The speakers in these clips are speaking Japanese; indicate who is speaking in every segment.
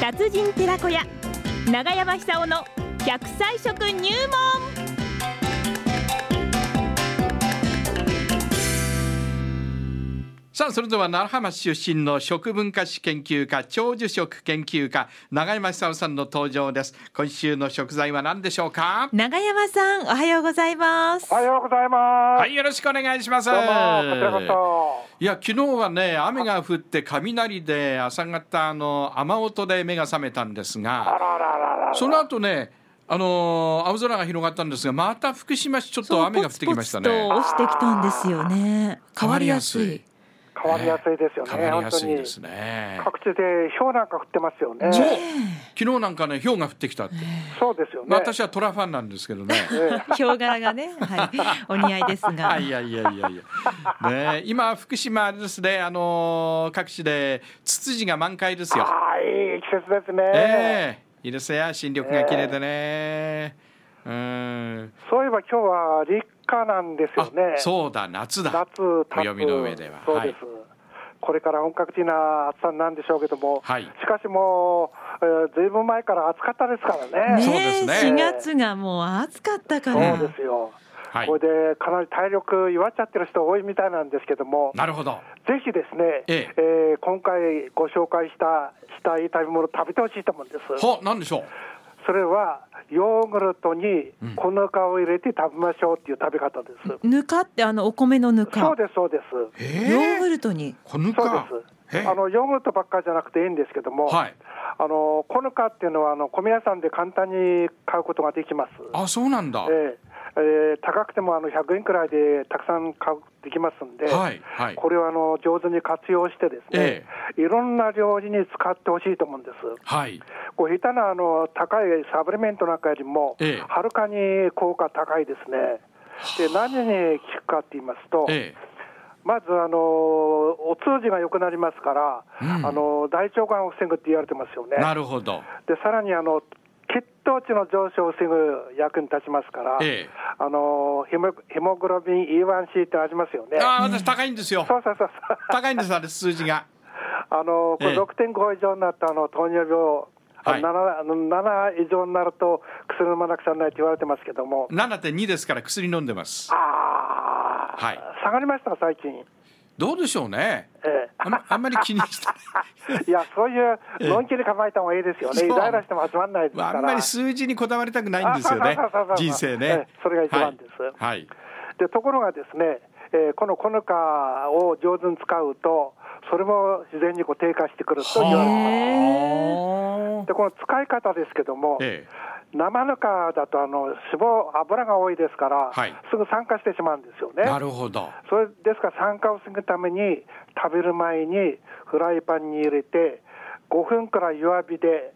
Speaker 1: 達人寺子屋長山久夫の百歳食入門
Speaker 2: さあそれでは奈良浜市出身の食文化史研究家長寿食研究家永山久夫さんの登場です今週の食材は何でしょうか
Speaker 1: 長山さんおはようございます
Speaker 3: おはようございます。
Speaker 2: はいよろしくお願いします
Speaker 3: どうも、こちらこ
Speaker 2: いや昨日はね雨が降って雷で朝方あの雨音で目が覚めたんです
Speaker 3: そ。あ
Speaker 2: が
Speaker 3: らららら。
Speaker 2: その後ねあのー青空が広がったんですがまた福島市ちょっと雨が降ってきましたね
Speaker 1: そうポツポツと落ちてきたんですよね変わりやすい
Speaker 2: 変わりや
Speaker 3: 変わりやすいですよね。
Speaker 2: 変わり
Speaker 3: 本
Speaker 2: や
Speaker 3: 当
Speaker 2: すい
Speaker 3: に
Speaker 2: で。すね
Speaker 3: 各地で氷なんか降ってますよね。
Speaker 2: そう
Speaker 3: そう
Speaker 2: 昨日なんかね氷が降ってきたって、
Speaker 3: ですよね。
Speaker 2: まあ、私はトラファンなんですけどね
Speaker 3: ええ
Speaker 1: ヒョウ柄がね、はい、お似合いですが
Speaker 2: いやいやいやいやねえ今福島あれですねあのー各地でツツジが満開ですよ
Speaker 3: ああ、いい季節ですね。
Speaker 2: ええいいですよ新緑が綺麗でね、うん
Speaker 3: そういえば、今日は立夏なんですよね。
Speaker 2: あそうだ夏だ
Speaker 3: 夏、た
Speaker 2: 暦の上では
Speaker 3: そうです。これから本格的な暑さなんでしょうけども、
Speaker 2: はい
Speaker 3: しかしもう、えー、ずいぶん前から暑かったですから ね。
Speaker 2: そうです
Speaker 1: ね
Speaker 2: ね
Speaker 1: え、4月がもう暑かったから、
Speaker 3: そうですよ。
Speaker 2: はい
Speaker 3: これでかなり体力弱っちゃってる人多いみたいなんですけども、
Speaker 2: なるほど
Speaker 3: ぜひですね、
Speaker 2: ええ
Speaker 3: えー今回ご紹介したしたい食べ物食べてほしいと思うんです。
Speaker 2: ほなんでしょう
Speaker 3: それはヨーグルトに
Speaker 2: ん
Speaker 3: 粉かを入れて食べましょうっていう食べ方です。
Speaker 1: ぬかってあのお米のぬ
Speaker 3: そ
Speaker 1: か
Speaker 3: うですそうです。
Speaker 2: え
Speaker 1: ヨーグ
Speaker 2: え
Speaker 1: ルトに
Speaker 2: こぬ
Speaker 3: そう
Speaker 2: か
Speaker 3: で
Speaker 2: え
Speaker 3: す。あのヨーグルトばっかりじゃなくていいんですけども、
Speaker 2: はい
Speaker 3: あのコヌカっていうのはあの米屋さんで簡単に買うことができます。
Speaker 2: あそうなんだ、
Speaker 3: えええー高くてもあの100円くらいでたくさん買うできますんで、
Speaker 2: はいはい
Speaker 3: これをあの上手に活用してですね、いろんな料理に使ってほしいと思うんです。
Speaker 2: はい
Speaker 3: こう下手なあの高いサプリメントなんかよりも、
Speaker 2: ええ
Speaker 3: はるかに効果高いですね。で何に効くかって言いますと、
Speaker 2: え
Speaker 3: まずあのお通じが良くなりますから、
Speaker 2: うん
Speaker 3: あの大腸がんを防ぐって言われてますよね
Speaker 2: え。なるほど
Speaker 3: でさらにあの血糖値の上昇を防ぐ役に立ちますから、
Speaker 2: ええ
Speaker 3: あのヘモヘモグロビン E1C ってありますよね。
Speaker 2: ああ私高いんですよ
Speaker 3: そうそうそうそう。
Speaker 2: 高いんですあれ数字が
Speaker 3: あのこ
Speaker 2: ええ
Speaker 3: れ6.5以上になったあの糖尿病、
Speaker 2: はい
Speaker 3: あの 7, あの7以上になると薬飲まなくちゃならないって言われてますけども、
Speaker 2: 7.2ですから薬飲んでます
Speaker 3: あー
Speaker 2: はい
Speaker 3: 下がりました、最近。
Speaker 2: どうでしょうね
Speaker 3: え
Speaker 2: あん,、まあんまり気に してない
Speaker 3: え、いや、そういう
Speaker 2: ええ
Speaker 3: のんきに構えた方がいいですよね、
Speaker 2: そう
Speaker 3: イライラしても始まらないです
Speaker 2: ま
Speaker 3: か
Speaker 2: あ
Speaker 3: ら、
Speaker 2: あんまり数字にこだわりたくないんですよね
Speaker 3: あそうそうそうそう
Speaker 2: 人生
Speaker 3: え
Speaker 2: ね
Speaker 3: えそれが一番です
Speaker 2: はい、はい
Speaker 3: でところがですね、えーこのコヌカを上手に使うと、それも自然にこう低下してくると言われてま
Speaker 2: は
Speaker 3: す、でこの使い方ですけども
Speaker 2: あ、え
Speaker 3: 生ぬかだとあの脂肪、油が多いですから、
Speaker 2: はい
Speaker 3: すぐ酸化してしまうんですよ
Speaker 2: え
Speaker 3: ね。
Speaker 2: なるほど
Speaker 3: それですから酸化を防ぐために食べる前にフライパンに入れて5分から弱火で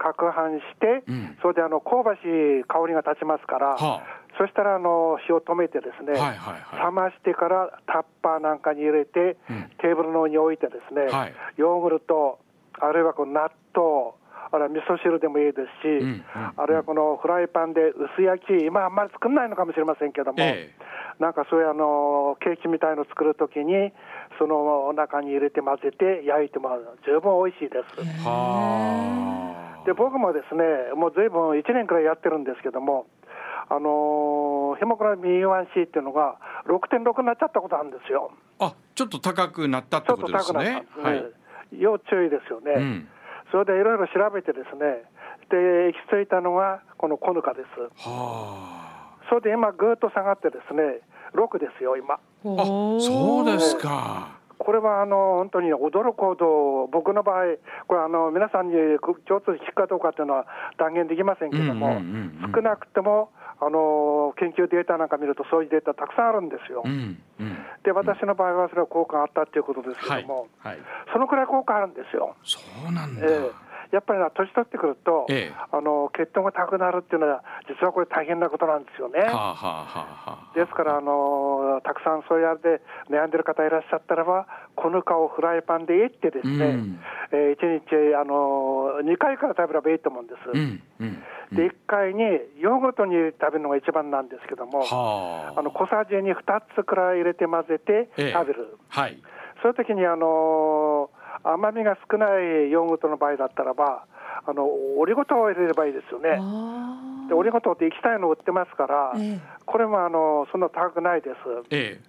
Speaker 3: 攪拌して、
Speaker 2: うん
Speaker 3: それであの香ばしい香りが立ちますから、
Speaker 2: は
Speaker 3: そしたらあの火を止めてです
Speaker 2: あ
Speaker 3: ね、
Speaker 2: はいはいはい
Speaker 3: 冷ましてからタッパーなんかに入れて、
Speaker 2: うん
Speaker 3: テーブルの上に置いてですね、
Speaker 2: はい
Speaker 3: ヨーグルトあるいはこの納豆あるいは味噌汁でもいいですし、
Speaker 2: うんうん
Speaker 3: あるいはこのフライパンで薄焼き今あんまり作んないのかもしれませんけども、
Speaker 2: え
Speaker 3: なんかそういうあのケーキみたいの作るときにその中に入れて混ぜて焼いても十分美味しいです。
Speaker 2: はあ
Speaker 3: で僕もですねもうずいぶん1年くらいやってるんですけどもあのーヘモグロビン A1C っていうのが6.6になっちゃったことあるんですよ
Speaker 2: あちょっと高くなったって
Speaker 3: ちょっ
Speaker 2: こととで
Speaker 3: 高
Speaker 2: す
Speaker 3: くなったん
Speaker 2: ね
Speaker 3: ですね、要注意ですよね、
Speaker 2: はい、うん、
Speaker 3: それでいろいろ調べてですねで行き着いたのがこのコヌカです
Speaker 2: はあ
Speaker 3: それで今ぐーっと下がってですね6ですよ今
Speaker 2: あ
Speaker 1: おー
Speaker 2: そうですか
Speaker 3: これはあの本当に驚くほど、僕の場合、これあの皆さんに共通聞くかどうかというのは断言できませんけども、
Speaker 2: うんうんうんうん
Speaker 3: 少なくともあの研究データなんか見ると、そういうデータたくさんあるんですよ。
Speaker 2: うんうん
Speaker 3: で、私の場合はそれは効果があったということですけ
Speaker 2: はい
Speaker 3: ども、
Speaker 2: はい
Speaker 3: そのくらい効果あるんですよ。
Speaker 2: そうなんだ、
Speaker 3: ええやっぱりな年取ってくると、
Speaker 2: ええ
Speaker 3: あの血糖が高くなるっていうのは、実はこれ、大変なことなんですよね。
Speaker 2: はあはあはあはあ
Speaker 3: ですから、あのたくさんそういうあれで悩んでる方いらっしゃったらば、こぬかをフライパンでいってですね、
Speaker 2: うん
Speaker 3: えー1日、あの2回から食べればいいと思うんで
Speaker 2: う
Speaker 3: す。
Speaker 2: んうんうん
Speaker 3: で、1回にヨーグルトに入れて食べるのが一番なんですけども、
Speaker 2: はあ
Speaker 3: あの小さじに2つくらい入れて混ぜて食べ
Speaker 2: ええ
Speaker 3: る、
Speaker 2: はい
Speaker 3: そういう時にあの甘みが少ないヨーグルトの場合だったらば、あのオリゴ糖を入れればいいですよね。
Speaker 4: あ
Speaker 3: でオリゴ糖って液体の売ってますから
Speaker 4: あ、ええ
Speaker 3: これもあのそんな高くないです。
Speaker 2: え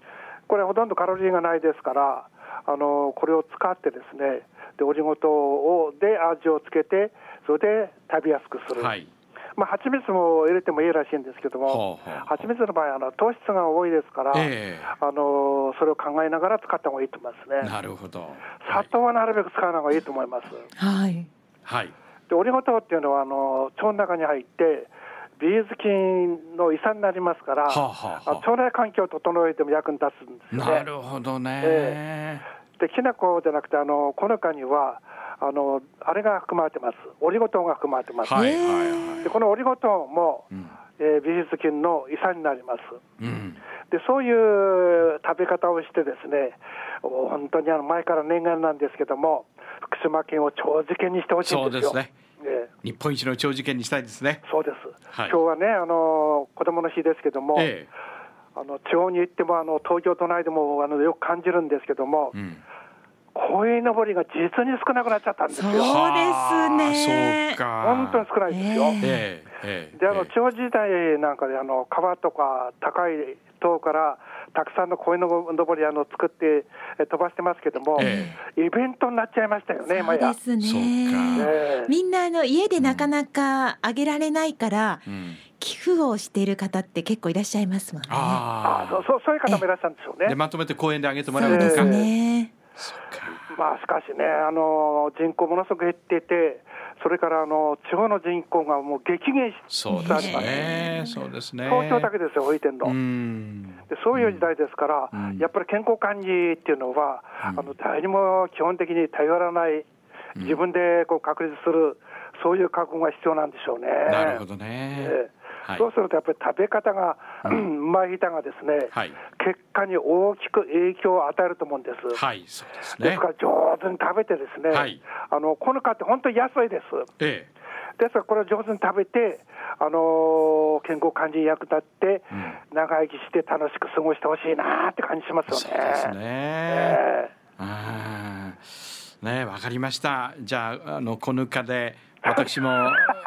Speaker 3: これほとんどカロリーがないですから、あのこれを使ってですね、でオリゴ糖をで味をつけて、それで食べやすくす
Speaker 2: え
Speaker 3: る。
Speaker 2: はい
Speaker 3: まあ蜂蜜も入れてもいいらしいんですけど
Speaker 2: ほ
Speaker 3: も、
Speaker 2: うほうほう
Speaker 3: 蜂蜜の場合あの糖質が多いですから、
Speaker 2: ええ
Speaker 3: あのそれを考えながら使った方がいいと思いますね。
Speaker 2: なるほどは
Speaker 3: 砂
Speaker 2: い、
Speaker 3: 糖はなるべく使わない方がいいと思います。
Speaker 4: はい。
Speaker 2: はい、
Speaker 3: でオリゴ糖っていうのはあの腸の中に入ってビーズ菌の遺産になりますから、
Speaker 2: はあはあはあ
Speaker 3: あ腸内環境を整えても役に立つんですよね。
Speaker 2: なるほどね、
Speaker 3: えできな粉じゃなくてあのこの中にはあのあれが含まれてますオリゴ糖が含まれてます、
Speaker 2: はい
Speaker 4: え
Speaker 2: はい
Speaker 4: え
Speaker 2: はい
Speaker 3: でこのオリゴ糖も、
Speaker 2: うん
Speaker 3: えー美術菌の遺産になります
Speaker 2: うん
Speaker 3: でそういう食べ方をしてですねお本当にあの前から念願なんですけども福島県を長寿県にしてほしい
Speaker 2: そうんで
Speaker 3: で
Speaker 2: す
Speaker 3: よ
Speaker 2: すね
Speaker 3: ええ
Speaker 2: 日本一の長寿県にしたいですね
Speaker 3: そうです、
Speaker 2: はい
Speaker 3: 今日はねあの子供の日ですけども、
Speaker 2: え
Speaker 3: あの地方に行ってもあの東京都内でもあのよく感じるんですけども、
Speaker 2: えうん
Speaker 3: 鯉のぼりが実に少なくなっちゃったんですよ。
Speaker 4: そうです
Speaker 2: はあ
Speaker 4: ね
Speaker 2: そうか
Speaker 3: 本当に少ないですよ。
Speaker 4: ね
Speaker 2: ええええ
Speaker 3: であの
Speaker 2: え
Speaker 3: 地方自治体なんかであの川とか高い塔からたくさんの鯉のぼりあの作ってえ飛ばしてますけども、
Speaker 2: え
Speaker 3: イベントになっちゃいましたよね、今
Speaker 4: そう
Speaker 3: や
Speaker 4: で。す
Speaker 2: そう
Speaker 4: ね。
Speaker 3: ええ
Speaker 4: みんなあの家でなかなかあげられないから、
Speaker 2: えうん、
Speaker 4: 寄付をしている方って結構いらっしゃいますもんね。
Speaker 3: あ
Speaker 2: あ
Speaker 3: そうそうそういう方もいらっしゃるんでしょう
Speaker 2: あ
Speaker 3: ね
Speaker 2: で。まとめて公園であげても
Speaker 4: そ
Speaker 2: らう
Speaker 4: う
Speaker 2: と
Speaker 4: で
Speaker 2: か
Speaker 4: すね。
Speaker 2: そっか
Speaker 3: まあしかしね、あの人口ものすごく減ってて、それからあの地方の人口がもう激減し
Speaker 2: そうで
Speaker 3: つつあ
Speaker 2: す
Speaker 3: ります。
Speaker 2: ねそうですね
Speaker 3: 東京だけですよ、置いてんの。
Speaker 2: うん
Speaker 3: でそういう時代ですから、
Speaker 2: うん
Speaker 3: やっぱり健康管理っていうのは、
Speaker 2: うん
Speaker 3: あの誰にも基本的に頼らない、自分でこう確立する、そういう覚悟が必要なんでしょうね。
Speaker 2: なるほどね、
Speaker 3: ええ
Speaker 2: はい
Speaker 3: そうするとやっぱり食べ方が、うん、まい下手がですね、
Speaker 2: はい
Speaker 3: 結果に大きく影響を与えると思うんです。
Speaker 2: はいそうです
Speaker 3: で
Speaker 2: ね
Speaker 3: すから上手に食べてですね、
Speaker 2: はい
Speaker 3: あのこのカって本当に安いです。
Speaker 2: ええ
Speaker 3: ですからこれを上手に食べて、あのー健康管理に役立って、長生きして楽しく過ごしてほしいなって感じします
Speaker 2: そう
Speaker 3: よ
Speaker 2: ですね
Speaker 3: ね。え
Speaker 2: あーねわかりましたじゃああの小ぬかで私も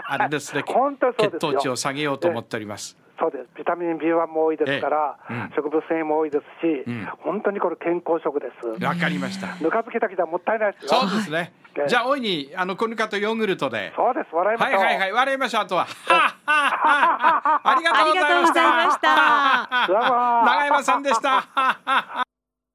Speaker 2: あれですね
Speaker 3: 本当そうです
Speaker 2: 血
Speaker 3: よ
Speaker 2: 糖値を下げようと思っております
Speaker 3: そうですビタミン B1 も多いですから、
Speaker 2: ええうん
Speaker 3: 植物繊維も多いですし、
Speaker 2: うん
Speaker 3: 本当にこれ健康食です。
Speaker 2: わかりました
Speaker 3: ぬか漬けだけじゃもったいないですよ。
Speaker 2: そうですね
Speaker 3: ええ
Speaker 2: じゃあ大いにあの小ぬかとヨーグルトで
Speaker 3: そうです笑いま
Speaker 2: は
Speaker 3: し
Speaker 2: い
Speaker 3: ょう。
Speaker 2: はいはい笑いましょうあとはありが
Speaker 4: あ
Speaker 2: とう
Speaker 4: り
Speaker 2: ござい
Speaker 4: がとう
Speaker 2: ま
Speaker 4: ご
Speaker 2: した
Speaker 3: どうも
Speaker 4: ざいました。
Speaker 2: 長山さんでした